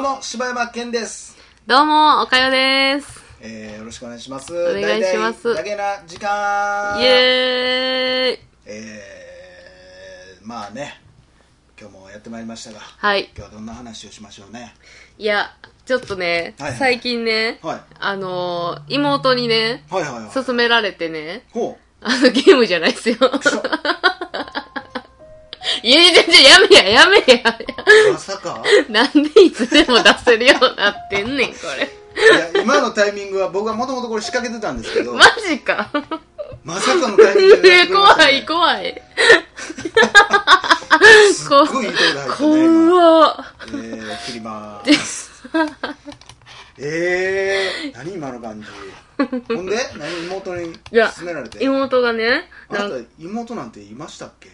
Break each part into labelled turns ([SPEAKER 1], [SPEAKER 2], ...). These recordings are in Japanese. [SPEAKER 1] も柴山健です、
[SPEAKER 2] どうも、おかよです。
[SPEAKER 1] えー、よろしくお願いします
[SPEAKER 2] お願いします
[SPEAKER 1] だいたいだけな時間
[SPEAKER 2] イエーイ
[SPEAKER 1] えー、まあね今日もやってまいりましたが
[SPEAKER 2] はい。
[SPEAKER 1] 今日はどんな話をしましょうね
[SPEAKER 2] いや、ちょっとね、
[SPEAKER 1] はいはい
[SPEAKER 2] 最近ね、
[SPEAKER 1] はい
[SPEAKER 2] あのー、妹にね、
[SPEAKER 1] はいはいはい
[SPEAKER 2] 勧められてね、
[SPEAKER 1] ほう
[SPEAKER 2] あの、ゲームじゃ ないですよ。
[SPEAKER 1] くそ
[SPEAKER 2] いやいやいや、やめや、やめや。
[SPEAKER 1] まさか
[SPEAKER 2] なんでいつでも出せるようになってんねん、これ。
[SPEAKER 1] いや今のタイミングは僕はもともとこれ仕掛けてたんです けど
[SPEAKER 2] マジか。
[SPEAKER 1] まさかのタイミングでやって
[SPEAKER 2] え
[SPEAKER 1] くれました
[SPEAKER 2] 怖
[SPEAKER 1] ね
[SPEAKER 2] い、怖い。
[SPEAKER 1] すっごいいいとこで入ったね今
[SPEAKER 2] 怖っ。
[SPEAKER 1] えー、切りまーすえー、何今の感じほんで何妹に
[SPEAKER 2] いや
[SPEAKER 1] 勧められて
[SPEAKER 2] 妹がね、
[SPEAKER 1] あ
[SPEAKER 2] なん
[SPEAKER 1] な
[SPEAKER 2] か
[SPEAKER 1] た妹なんていましたっけ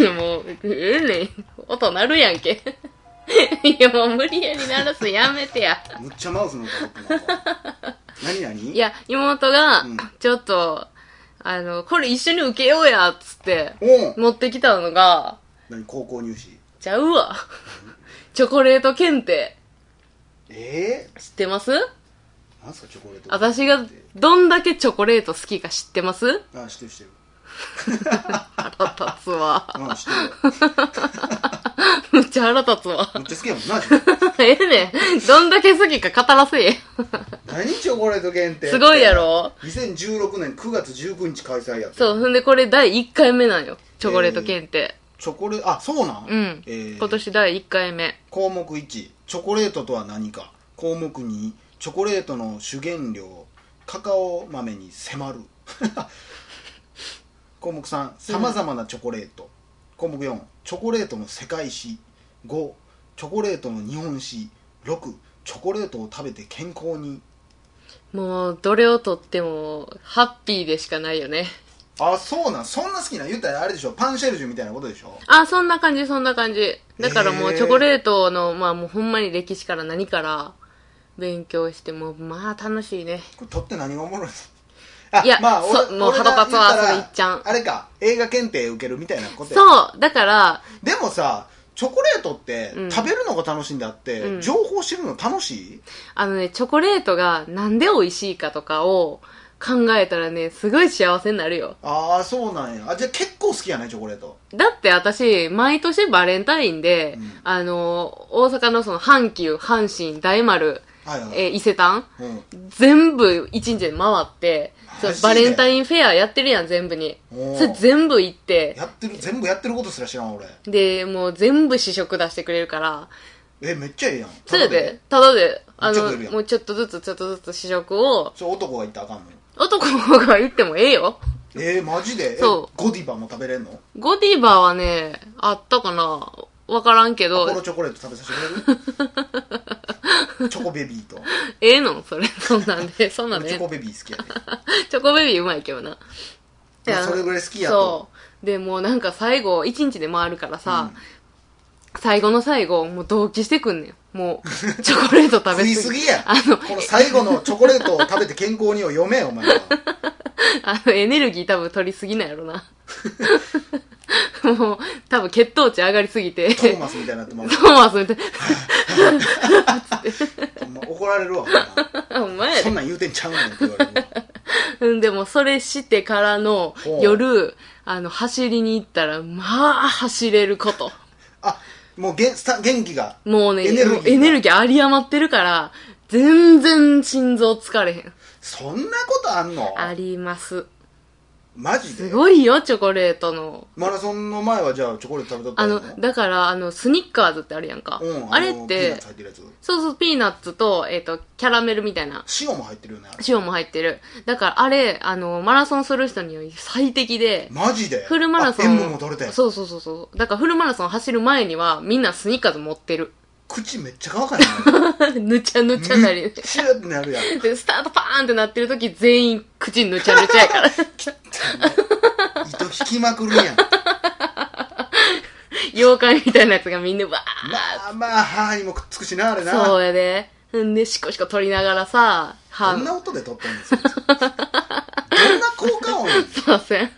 [SPEAKER 2] いや もう、ええねん。音鳴るやんけ。 いや、もう無理やり鳴らすやめてや。
[SPEAKER 1] むっちゃマウスの音だったな何何
[SPEAKER 2] いや、妹が
[SPEAKER 1] うん、
[SPEAKER 2] ちょっと、あの、これ一緒に受けようや、つって、
[SPEAKER 1] おう
[SPEAKER 2] 持ってきたのが、
[SPEAKER 1] 何高校入試
[SPEAKER 2] ちゃうわ。 チョコレート検定。
[SPEAKER 1] え
[SPEAKER 2] 知ってます
[SPEAKER 1] ー、なんすかチョコレート
[SPEAKER 2] 私がどんだけチョコレート好きか知ってます
[SPEAKER 1] あ知ってる知ってる
[SPEAKER 2] 腹立つわ。
[SPEAKER 1] うん知ってる
[SPEAKER 2] むっちゃ腹立つわ。
[SPEAKER 1] むっちゃ好きやもんな自分
[SPEAKER 2] ええねん。どんだけ好きか語らせえ。
[SPEAKER 1] 何チョコレート検定
[SPEAKER 2] すごいやろ
[SPEAKER 1] 2016年9月19日開催やって
[SPEAKER 2] そう、ほんでこれ第1回目なんよ。チョコレート検定。
[SPEAKER 1] チョコレートあそうなん
[SPEAKER 2] うん、
[SPEAKER 1] えー
[SPEAKER 2] 今年第1回目
[SPEAKER 1] 項目1チョコレートとは何か項目2チョコレートの主原料カカオ豆に迫る 項目3さまざまなチョコレート、項目4チョコレートの世界史5チョコレートの日本史6チョコレートを食べて健康に
[SPEAKER 2] もうどれをとってもハッピーでしかないよね
[SPEAKER 1] あそうなんそんな好きなん言ったらあれでしょパンシェルジュみたいなことでしょ
[SPEAKER 2] あそんな感じそんな感じだからも
[SPEAKER 1] へ
[SPEAKER 2] う
[SPEAKER 1] ー
[SPEAKER 2] チョコレートのまあもうほんまに歴史から何から勉強してもうまあ楽しいね
[SPEAKER 1] これ撮って何がおもろいの
[SPEAKER 2] いや
[SPEAKER 1] まあ俺
[SPEAKER 2] そうもう
[SPEAKER 1] 俺が
[SPEAKER 2] ハロカツは
[SPEAKER 1] 言たら
[SPEAKER 2] それいっちゃん
[SPEAKER 1] あれか映画検定受けるみたいなことや
[SPEAKER 2] そうだから
[SPEAKER 1] でもさチョコレートって
[SPEAKER 2] うん
[SPEAKER 1] 食べるのが楽しいんであって、
[SPEAKER 2] うん
[SPEAKER 1] 情報知るの楽しい
[SPEAKER 2] あのねチョコレートがなんで美味しいかとかを考えたらねすごい幸せになるよ
[SPEAKER 1] ああそうなんやあじゃあ結構好きやねチョコレート
[SPEAKER 2] だって私、毎年バレンタインで、
[SPEAKER 1] うん
[SPEAKER 2] あの、大阪のその、阪急、阪神、大丸、
[SPEAKER 1] はいはい、
[SPEAKER 2] えー伊勢丹、
[SPEAKER 1] うん
[SPEAKER 2] 全部一日で回って、そう
[SPEAKER 1] マジで
[SPEAKER 2] バレンタインフェアやってるやん、全部に。
[SPEAKER 1] おー
[SPEAKER 2] それ全部行って、
[SPEAKER 1] やってる全部やってることすら知らん俺
[SPEAKER 2] で、もう全部試食出してくれるから、
[SPEAKER 1] えめっちゃええやん
[SPEAKER 2] それで、ただで、あ
[SPEAKER 1] ちょっと出
[SPEAKER 2] の
[SPEAKER 1] るや、ん
[SPEAKER 2] もうちょっとずつちょっとずつ試食を、
[SPEAKER 1] そう男が言ったらあかんの
[SPEAKER 2] 男の方が行ってもええよ。
[SPEAKER 1] えー、マジでえ
[SPEAKER 2] そ
[SPEAKER 1] ゴディバも食べれんの
[SPEAKER 2] ゴディバはね、あったかなわからん
[SPEAKER 1] ア
[SPEAKER 2] け
[SPEAKER 1] ポロ
[SPEAKER 2] ど、
[SPEAKER 1] チョコレート食べさせてくれ るチョコベビーと
[SPEAKER 2] ええのそれ、そんなんで、そんなん
[SPEAKER 1] 俺チ
[SPEAKER 2] で
[SPEAKER 1] ョ
[SPEAKER 2] ええの
[SPEAKER 1] コ。ベビー好きやね
[SPEAKER 2] チョコベビーうまいけどな。
[SPEAKER 1] いやそれぐらい好きやと
[SPEAKER 2] そう。で、もうなんか最後、一日で回るからさ、最後の最後、もう同期してくんねん。も う、チョコレート食べ
[SPEAKER 1] 食いすぎや
[SPEAKER 2] あの、
[SPEAKER 1] この最後のチョコレートを食べて健康にを読めよお 前は
[SPEAKER 2] あの、エネルギー多分取りすぎなんやろな。 もう、多分血糖値上がりす ぎて。
[SPEAKER 1] トーマスみたいになってもう
[SPEAKER 2] トーマスみたい
[SPEAKER 1] ほんま怒られるわほんま
[SPEAKER 2] な。お前や
[SPEAKER 1] そん
[SPEAKER 2] で。
[SPEAKER 1] なん言うてんちゃうねんって言われるわ
[SPEAKER 2] うん、でもそれしてからの
[SPEAKER 1] ほう
[SPEAKER 2] 夜、あの、走りに行ったら、まあ、走れること。
[SPEAKER 1] あもうげんスタ元気が
[SPEAKER 2] もうね、
[SPEAKER 1] エネルギーが
[SPEAKER 2] もうエネルギー有り余ってるから、全然心臓疲れへん。
[SPEAKER 1] そんなことあんの
[SPEAKER 2] あります。
[SPEAKER 1] マジ
[SPEAKER 2] す
[SPEAKER 1] で
[SPEAKER 2] ごいよ、チョコレートの。
[SPEAKER 1] マラソンの前はじゃあチョコレート食べとった
[SPEAKER 2] あ
[SPEAKER 1] ら
[SPEAKER 2] の、だから、あの、スニッカーズってあるやんか。
[SPEAKER 1] うん、
[SPEAKER 2] あれ
[SPEAKER 1] の
[SPEAKER 2] っ
[SPEAKER 1] ピーナッ
[SPEAKER 2] て
[SPEAKER 1] ツ、入ってるやつ
[SPEAKER 2] そうそう、ピーナッツと、えっ、と、キャラメルみたいな。
[SPEAKER 1] 塩も入ってるよねあれ
[SPEAKER 2] 塩も入ってる。だから、あれ、あの、マラソンする人には最適で、
[SPEAKER 1] マジで
[SPEAKER 2] フルマラソン。
[SPEAKER 1] あ塩分も取れて
[SPEAKER 2] そうそうそうそう。だから、フルマラソン走る前には、みんなスニッカーズ持ってる。
[SPEAKER 1] 口めっちゃ乾かへ
[SPEAKER 2] ぬちゃぬちゃ
[SPEAKER 1] ん
[SPEAKER 2] な
[SPEAKER 1] の
[SPEAKER 2] り。
[SPEAKER 1] シューってなるやん
[SPEAKER 2] で、スタートパーンってなってる時、全員口ぬちゃぬちゃや から。
[SPEAKER 1] 糸引きまくるやん
[SPEAKER 2] 妖怪みたいなやつがみんなわ
[SPEAKER 1] まあまあ歯にもくっつくしなあれ
[SPEAKER 2] ーそう
[SPEAKER 1] な
[SPEAKER 2] やで。んで、シコシコ取りながらさ、
[SPEAKER 1] こ
[SPEAKER 2] 歯
[SPEAKER 1] ん
[SPEAKER 2] の、
[SPEAKER 1] な音で撮ってんですよどんな効果音やねん
[SPEAKER 2] すいません。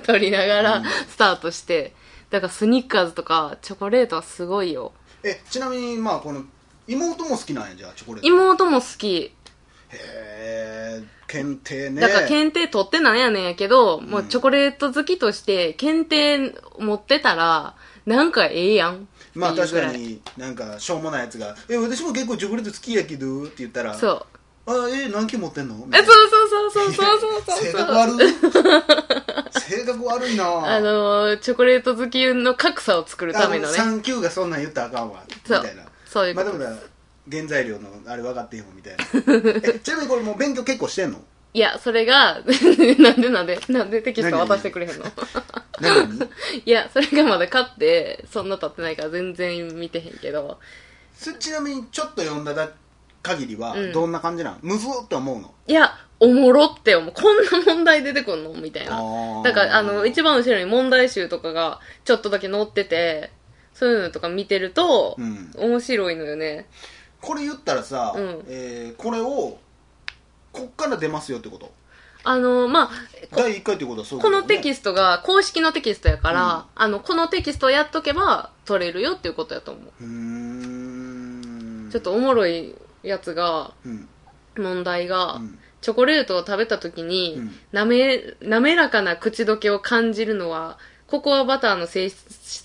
[SPEAKER 2] 取りながらスタートして。だからスニッカーズとかチョコレートはすごいよ。
[SPEAKER 1] えちなみにまあこの妹も好きなんやじゃあチョコレート
[SPEAKER 2] 妹も好
[SPEAKER 1] へ
[SPEAKER 2] き
[SPEAKER 1] え検定ね
[SPEAKER 2] だから検定取ってないやねんやけど、もううんチョコレート好きとして検定持ってたらなんかええやん
[SPEAKER 1] まあ
[SPEAKER 2] っていう
[SPEAKER 1] 確
[SPEAKER 2] ぐらい
[SPEAKER 1] かになんかしょうもないやつが「え私も結構チョコレート好きやけど」って言ったら「
[SPEAKER 2] そう
[SPEAKER 1] あえ何級持ってんの?みた
[SPEAKER 2] え
[SPEAKER 1] い
[SPEAKER 2] そ
[SPEAKER 1] な」
[SPEAKER 2] うそうそうそうそうそう そう
[SPEAKER 1] 性
[SPEAKER 2] そう
[SPEAKER 1] 格 悪い性格悪いな
[SPEAKER 2] あのーチョコレート好きの格差を作るためのね
[SPEAKER 1] 3級がそんなん言ったらあかんわみた
[SPEAKER 2] そう
[SPEAKER 1] いな
[SPEAKER 2] そういう
[SPEAKER 1] ま
[SPEAKER 2] こ
[SPEAKER 1] あで
[SPEAKER 2] と、
[SPEAKER 1] もだ原材料のあれ分かってへんもみたいな えちなみにこれもう勉強結構してんの
[SPEAKER 2] いやそれが なんでなんでなんでテキスト渡してくれへんの
[SPEAKER 1] 何々
[SPEAKER 2] いやそれがまだ勝ってそんな経ってないから全然見てへんけど
[SPEAKER 1] それちなみにちょっと読んだだ限りは
[SPEAKER 2] うん
[SPEAKER 1] どんな感じなの、むずーって思うの
[SPEAKER 2] いやおもろって思うこんな問題出てくんのみたいな
[SPEAKER 1] あー
[SPEAKER 2] だからあの一番後ろに問題集とかがちょっとだけ載っててそういうのとか見てると、
[SPEAKER 1] うん
[SPEAKER 2] 面白いのよね
[SPEAKER 1] これ言ったらさ、
[SPEAKER 2] うん
[SPEAKER 1] えーこれをこっから出ますよってこと
[SPEAKER 2] あのまあ
[SPEAKER 1] 第1回ってことはそういう
[SPEAKER 2] この
[SPEAKER 1] とね
[SPEAKER 2] テキストが公式のテキストやから、あのこのテキストをやっとけば取れるよっていうことやと思う、
[SPEAKER 1] うーん
[SPEAKER 2] ちょっとおもろいやつが
[SPEAKER 1] うん
[SPEAKER 2] 問題が、
[SPEAKER 1] うん
[SPEAKER 2] チョコレートを食べた時に、
[SPEAKER 1] うん
[SPEAKER 2] なめ滑らかな口どけを感じるのはココアバターの性質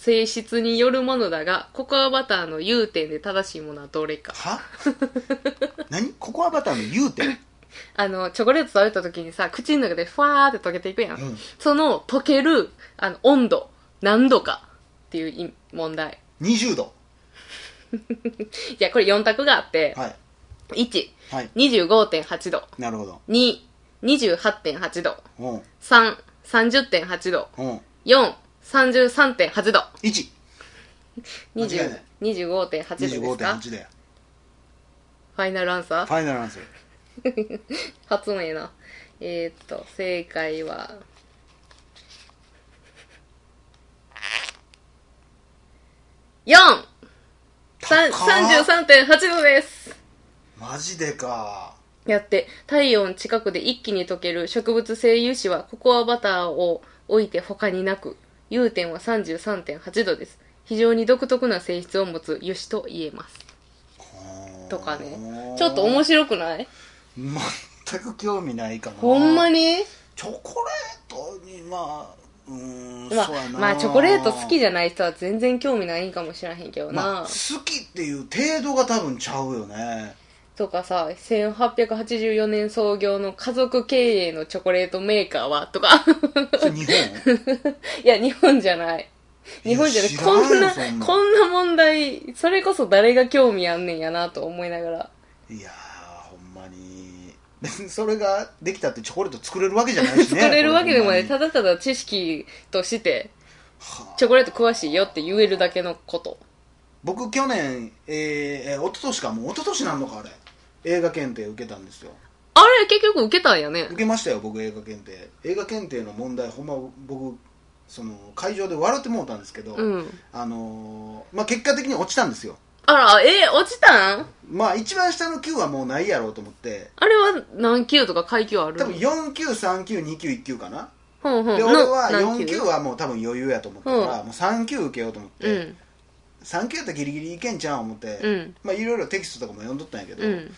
[SPEAKER 2] 性質によるものだがココアバターの融点で正しいものはどれか
[SPEAKER 1] は 何ココアバターの融点、
[SPEAKER 2] あのチョコレート食べた時にさ口の中でファーって溶けていくやん、
[SPEAKER 1] うん、
[SPEAKER 2] その溶けるあの温度何度かっていうい問題
[SPEAKER 1] 20度
[SPEAKER 2] いやこれ4択があって、
[SPEAKER 1] はいはい
[SPEAKER 2] 125.8度
[SPEAKER 1] なるほど
[SPEAKER 2] 228.8度
[SPEAKER 1] うん
[SPEAKER 2] 330.8度
[SPEAKER 1] うん
[SPEAKER 2] 433.8度
[SPEAKER 1] 1間違いない
[SPEAKER 2] 20 25.8度ですか
[SPEAKER 1] 25.8で
[SPEAKER 2] ファイナルアンサ
[SPEAKER 1] フ
[SPEAKER 2] ー
[SPEAKER 1] ァイナルアンサー
[SPEAKER 2] 初音やなえー、っと正解は4三
[SPEAKER 1] 高っ
[SPEAKER 2] 33.8度です
[SPEAKER 1] マジでか
[SPEAKER 2] やって体温近くで一気に溶ける植物性油脂はココアバターを置いて他になく融点は33.8度です非常に独特な性質を持つ油脂と言えますとかねちょっと面白くない
[SPEAKER 1] 全く興味ないかな
[SPEAKER 2] ほんま
[SPEAKER 1] に
[SPEAKER 2] に
[SPEAKER 1] チョコレートにまあうーん、
[SPEAKER 2] ま
[SPEAKER 1] そうや
[SPEAKER 2] あ、
[SPEAKER 1] な
[SPEAKER 2] まあチョコレート好きじゃない人は全然興味ないんかもしれへんけどな、
[SPEAKER 1] まあ、好きっていう程度が多分ちゃうよね
[SPEAKER 2] とかさ1884年創業の家族経営のチョコレートメーカーはとか
[SPEAKER 1] それ日 本
[SPEAKER 2] いや日本じゃない日本じゃない
[SPEAKER 1] いや知ら
[SPEAKER 2] こ
[SPEAKER 1] んよ
[SPEAKER 2] んな
[SPEAKER 1] そんなん
[SPEAKER 2] こんな問題それこそ誰が興味あんねんやなと思いながら
[SPEAKER 1] いやーほんまに別にそれができたってチョコレート作れるわけじゃないしね
[SPEAKER 2] 作れるわけでもない
[SPEAKER 1] これ
[SPEAKER 2] ただただ知識として
[SPEAKER 1] ほんまにはあ
[SPEAKER 2] チョコレート詳しいよって言えるだけのこと
[SPEAKER 1] 僕去年えー、えー一昨年かもう一昨年なんのかあれ映画検定受けたんですよ
[SPEAKER 2] あれ結局受けたんやね
[SPEAKER 1] 受けましたよ僕映画検定映画検定の問題ほんま僕その会場で笑ってもうたんですけど、
[SPEAKER 2] うん
[SPEAKER 1] あのーまあ、結果的に落ちたんですよ
[SPEAKER 2] あらえ落ちたん
[SPEAKER 1] まあ一番下の級はもうないやろうと思って
[SPEAKER 2] あれは何級とか階級ある
[SPEAKER 1] 多分4級3級2級1級かな、
[SPEAKER 2] ほんほん
[SPEAKER 1] で
[SPEAKER 2] な
[SPEAKER 1] 俺は
[SPEAKER 2] 何
[SPEAKER 1] 4級はもう多分余裕やと思ったから、もう3級受けようと思っ
[SPEAKER 2] う
[SPEAKER 1] て、
[SPEAKER 2] ん
[SPEAKER 1] 3級やったらギリギリいけんちゃうん思って、
[SPEAKER 2] うん
[SPEAKER 1] まあいろいろテキストとかも読んどったんやけど、
[SPEAKER 2] うん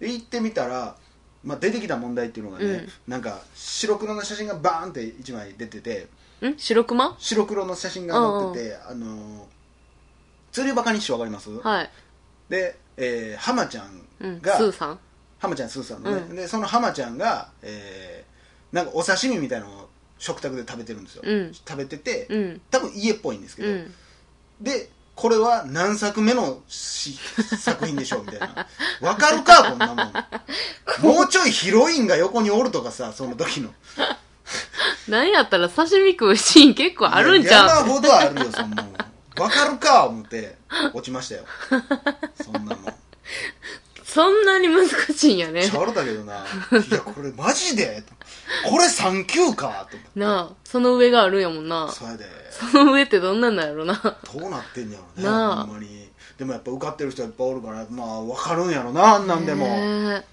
[SPEAKER 1] で行ってみたら、まあ、出てきた問題っていうのがね、
[SPEAKER 2] うん
[SPEAKER 1] なんか白黒の写真がバーンって1枚出てて
[SPEAKER 2] ん白熊
[SPEAKER 1] 白黒の写真が載ってて、あのー釣りバカ日誌わかります、
[SPEAKER 2] はい、
[SPEAKER 1] で、えー、浜ちゃ
[SPEAKER 2] うん、
[SPEAKER 1] ん
[SPEAKER 2] ス
[SPEAKER 1] が、
[SPEAKER 2] ーさん
[SPEAKER 1] 浜ちゃんスーさんのね、
[SPEAKER 2] うん
[SPEAKER 1] でその浜ちゃんが、えーなんかお刺身みたいなのを食卓で食べてるんですよ、
[SPEAKER 2] うん
[SPEAKER 1] 食べてて、
[SPEAKER 2] うん
[SPEAKER 1] 多分家っぽいんですけ
[SPEAKER 2] う
[SPEAKER 1] ど、
[SPEAKER 2] ん
[SPEAKER 1] でこれは何作目のし作品でしょうみたいな わかるかこんな もんもうちょいヒロインが横におるとかさその時の
[SPEAKER 2] 何やったら刺身食うシーン結構あるんち
[SPEAKER 1] いや
[SPEAKER 2] ゃう
[SPEAKER 1] 山ほどあるよそんなもんわかるか思って落ちましたよそんなもん
[SPEAKER 2] そんなに難しいんやね
[SPEAKER 1] ちゃうだけどないやこれマジでこれ3級かと思って
[SPEAKER 2] なあその上があるんやもんな
[SPEAKER 1] それで
[SPEAKER 2] その上ってどんなんなんやろな
[SPEAKER 1] どうなってんやろうね
[SPEAKER 2] なあ
[SPEAKER 1] ほんまにでもやっぱ受かってる人はいっぱいおるからまあわかるんやろなあんなんでも、
[SPEAKER 2] ね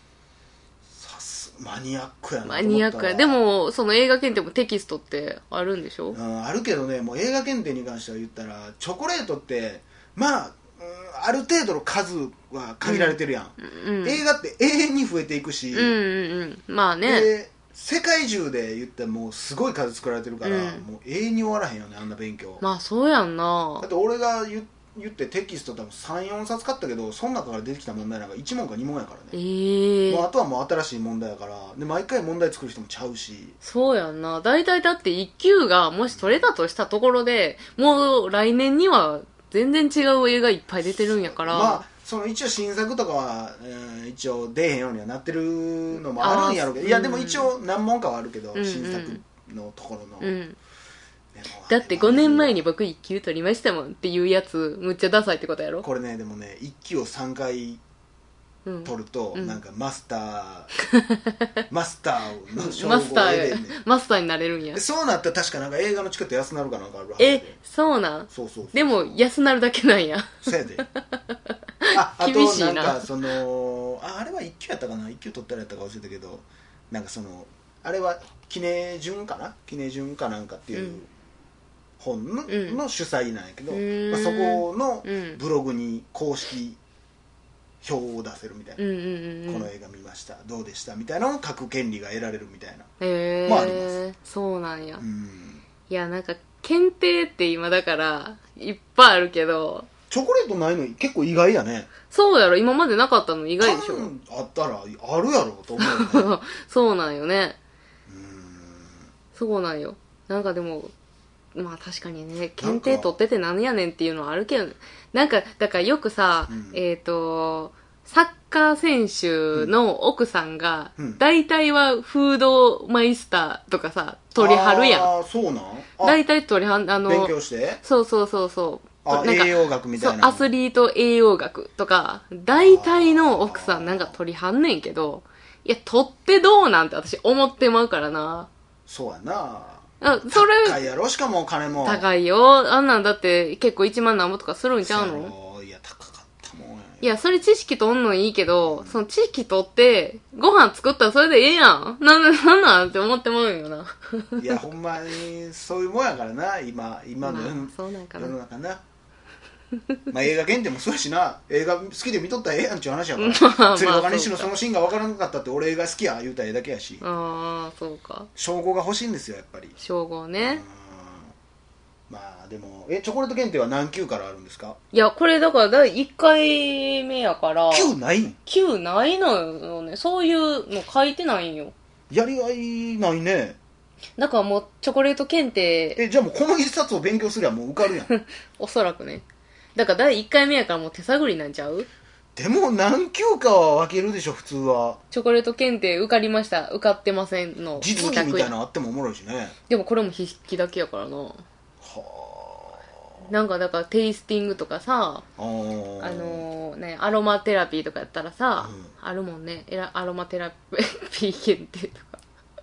[SPEAKER 1] さすマニアックや
[SPEAKER 2] え
[SPEAKER 1] な
[SPEAKER 2] マニアックや
[SPEAKER 1] と
[SPEAKER 2] で
[SPEAKER 1] 思っ
[SPEAKER 2] もその映画検定もテキストってあるんでしょ
[SPEAKER 1] たわうんあるけどねもう映画検定に関しては言ったらチョコレートってまあうある程度の数は限られてるやん、
[SPEAKER 2] うん
[SPEAKER 1] 映画って永遠に増えていくし、
[SPEAKER 2] うんうんうんまあね
[SPEAKER 1] で世界中で言ったらもうすごい数作られてるから、
[SPEAKER 2] うん
[SPEAKER 1] もう永遠に終わらへんよねあんな勉強、
[SPEAKER 2] まあそうやんな
[SPEAKER 1] だって俺が言言ってテキスト多分34冊買ったけどその中から出てきた問題なんか1問か2問やからね、
[SPEAKER 2] ええ
[SPEAKER 1] もうあとはもう新しい問題やからで毎回問題作る人もちゃうし
[SPEAKER 2] そうやんな大体だって1級がもし取れたとしたところでもう来年には全然違う映画いっぱい出てるんやから、
[SPEAKER 1] まあその一応新作とかは、うん一応出えへんようにはなってるのもあるんやろうけ
[SPEAKER 2] あ
[SPEAKER 1] ど
[SPEAKER 2] ー
[SPEAKER 1] いや
[SPEAKER 2] うん
[SPEAKER 1] でも一応何問かはあるけど、
[SPEAKER 2] うんうん
[SPEAKER 1] 新作のところの、
[SPEAKER 2] うん
[SPEAKER 1] でも
[SPEAKER 2] だって5年前に僕1級取りましたもんっていうやつむっちゃダサいってことやろ、
[SPEAKER 1] これねでもね1期を3回
[SPEAKER 2] うん、
[SPEAKER 1] 取ると、
[SPEAKER 2] うん
[SPEAKER 1] なんかマスター マスターの称号
[SPEAKER 2] マ
[SPEAKER 1] を
[SPEAKER 2] スタ
[SPEAKER 1] 得て
[SPEAKER 2] ー
[SPEAKER 1] んねん
[SPEAKER 2] マスターになれるんや
[SPEAKER 1] でそうなったら確かなんか映画のチケット安なるかなんかあるはず
[SPEAKER 2] え
[SPEAKER 1] で
[SPEAKER 2] そうなん
[SPEAKER 1] そうそうそう
[SPEAKER 2] でも安なるだけなんや
[SPEAKER 1] そうやで ああ
[SPEAKER 2] 厳
[SPEAKER 1] と
[SPEAKER 2] しいな
[SPEAKER 1] なんかそのああれは1級やったかな1級取ったらやったか忘れたけどなんかそのあれは記念順かな記念順かなんかっていううん本の,、
[SPEAKER 2] ん
[SPEAKER 1] の主催なんやけど、
[SPEAKER 2] うーん
[SPEAKER 1] まあ、そこの
[SPEAKER 2] うん
[SPEAKER 1] ブログに公式表を出せるみたいな
[SPEAKER 2] う、んうんうんう
[SPEAKER 1] こ
[SPEAKER 2] ん
[SPEAKER 1] の映画見ましたどうでしたみたいなのを書く権利が得られるみたいな
[SPEAKER 2] へえ
[SPEAKER 1] まあありま
[SPEAKER 2] そうなんや、
[SPEAKER 1] うん
[SPEAKER 2] いやなんか検定って今だからいっぱいあるけど
[SPEAKER 1] チョコレートないの結構意外やね
[SPEAKER 2] そうやろ今までなかったの意外でしょ、
[SPEAKER 1] 缶あったらあるやろと思 うよね
[SPEAKER 2] そうなんよね
[SPEAKER 1] うん
[SPEAKER 2] そうなんよなんかでもまあ確かにね検定取っててなんやねんっていうのはあるけどなんかだからよくさ、
[SPEAKER 1] うん
[SPEAKER 2] えっ、とサッカー選手の奥さんが、
[SPEAKER 1] うん
[SPEAKER 2] 大体はフードマイスターとかさ取りはるやん
[SPEAKER 1] ああそうなんあ
[SPEAKER 2] 大体取りはんあの
[SPEAKER 1] 勉強して
[SPEAKER 2] そうそうそうそう
[SPEAKER 1] あ
[SPEAKER 2] なんか
[SPEAKER 1] 栄養学み
[SPEAKER 2] そ
[SPEAKER 1] た
[SPEAKER 2] う
[SPEAKER 1] いな
[SPEAKER 2] アスリート栄養学とか大体の奥さんなんか取りはんねんけどいや取ってどうなんて私思ってまうからな
[SPEAKER 1] そうやな
[SPEAKER 2] あそれ
[SPEAKER 1] 高いやろしかもお金もい
[SPEAKER 2] 高いよあんなんだって結構1万なんぼとかするんちゃうの
[SPEAKER 1] のいや高かったもん
[SPEAKER 2] いやそれ知識とんのいいけどその知識取ってご飯作ったらそれでええやんなんなんなんなんって思ってまうんよない
[SPEAKER 1] やほんまにそういうもんやからな今今の世
[SPEAKER 2] ま
[SPEAKER 1] の
[SPEAKER 2] あそうなんか
[SPEAKER 1] 世の
[SPEAKER 2] な
[SPEAKER 1] 中なまあ映画限定もそうやしな映画好きで見とったらええやんっちゅう話やか
[SPEAKER 2] まあ
[SPEAKER 1] ら釣りバカ西の
[SPEAKER 2] そ
[SPEAKER 1] そ
[SPEAKER 2] うか
[SPEAKER 1] のシーンが分からなかったって俺映画好きや言うたらええだけやし
[SPEAKER 2] ああそうか
[SPEAKER 1] 証拠が欲しいんですよやっぱり
[SPEAKER 2] 称号
[SPEAKER 1] うん
[SPEAKER 2] ね
[SPEAKER 1] まあでもえチョコレート検定は何級からあるんですか
[SPEAKER 2] いやこれだから第1回目やから
[SPEAKER 1] 級ないん
[SPEAKER 2] 9ないのよねそういうの書いてないんよ
[SPEAKER 1] やりがいないね
[SPEAKER 2] だからもうチョコレート検定
[SPEAKER 1] えじゃあもうこの一冊を勉強すりゃもう受かる やん
[SPEAKER 2] おそらくねだから第1回目やからもう手探りなんちゃう
[SPEAKER 1] でも何級かは分けるでしょ普通は
[SPEAKER 2] チョコレート検定受かりました受かってませんの
[SPEAKER 1] 実技みたいなのあってもおもろいしね
[SPEAKER 2] でもこれも筆記だけやからな
[SPEAKER 1] は
[SPEAKER 2] なんかだからテイスティングとかさ
[SPEAKER 1] ああー
[SPEAKER 2] あのーねアロマテラピーとかやったらさ、
[SPEAKER 1] うん
[SPEAKER 2] あるもんねエラアロマテラピー検定とか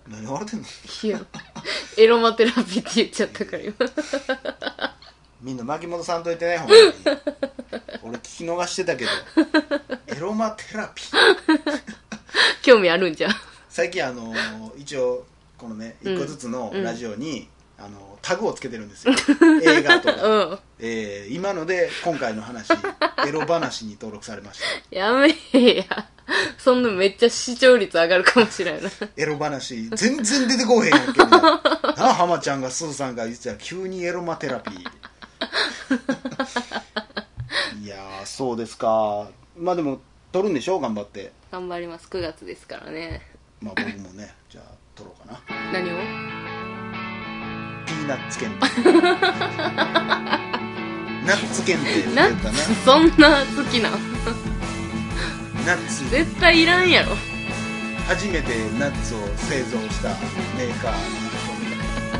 [SPEAKER 1] 何言われてんの
[SPEAKER 2] いや エロマテラピーって言っちゃったから今
[SPEAKER 1] みんな巻き戻さんといてねほん まに俺聞き逃してたけどエロマテラピー
[SPEAKER 2] 興味あるんじゃん
[SPEAKER 1] 最近あのー一応このね一個ずつのラジオに、あのータグをつけてるん ですよ映画とか、
[SPEAKER 2] うん
[SPEAKER 1] えー今ので今回の話エロ話に登録されました
[SPEAKER 2] やめえや。そんなめっちゃ視聴率上がるかもしれないな。
[SPEAKER 1] エロ話全然出てこうへんやん けどなあ浜ちゃんがすずさんが言ってたら急にエロマテラピ ーいやーそうですかまあでも撮るんでしょ頑張って
[SPEAKER 2] 頑張ります。9月ですからね。
[SPEAKER 1] まあ僕もねじゃあ撮ろうかな
[SPEAKER 2] 何を
[SPEAKER 1] ピーナッツ 検定ナッツ検定って
[SPEAKER 2] ナ
[SPEAKER 1] 言っ
[SPEAKER 2] ッ
[SPEAKER 1] たな
[SPEAKER 2] ツ、そんな好きなん
[SPEAKER 1] ナッツ
[SPEAKER 2] 絶対いらんやろ。
[SPEAKER 1] 初めてナッツを製造したメーカーの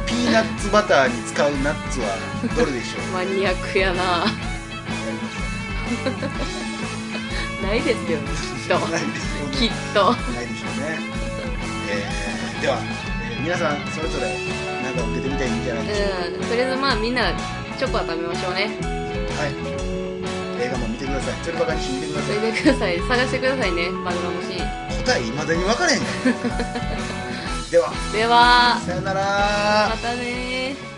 [SPEAKER 1] 人ピーナッツバターに使うナッツはどれで しょう
[SPEAKER 2] マニアックやな。
[SPEAKER 1] やりましょう
[SPEAKER 2] ないですよね、き
[SPEAKER 1] ないでしょう
[SPEAKER 2] っと。
[SPEAKER 1] ね
[SPEAKER 2] きっと。
[SPEAKER 1] ないでしょうね、えーでは、えー皆さんそれぞれなんか受けてみたらいいんじゃないでしょう
[SPEAKER 2] うん。とりあえずまあみんな、チョコは食べましょうね。
[SPEAKER 1] か、はい映画も見てくださいそればかりし見てくだ
[SPEAKER 2] そ
[SPEAKER 1] さい
[SPEAKER 2] れでください。探してくださいね。マグロ欲しい。
[SPEAKER 1] 答え未だに分からへんからでは
[SPEAKER 2] では、
[SPEAKER 1] さよなら
[SPEAKER 2] またねー。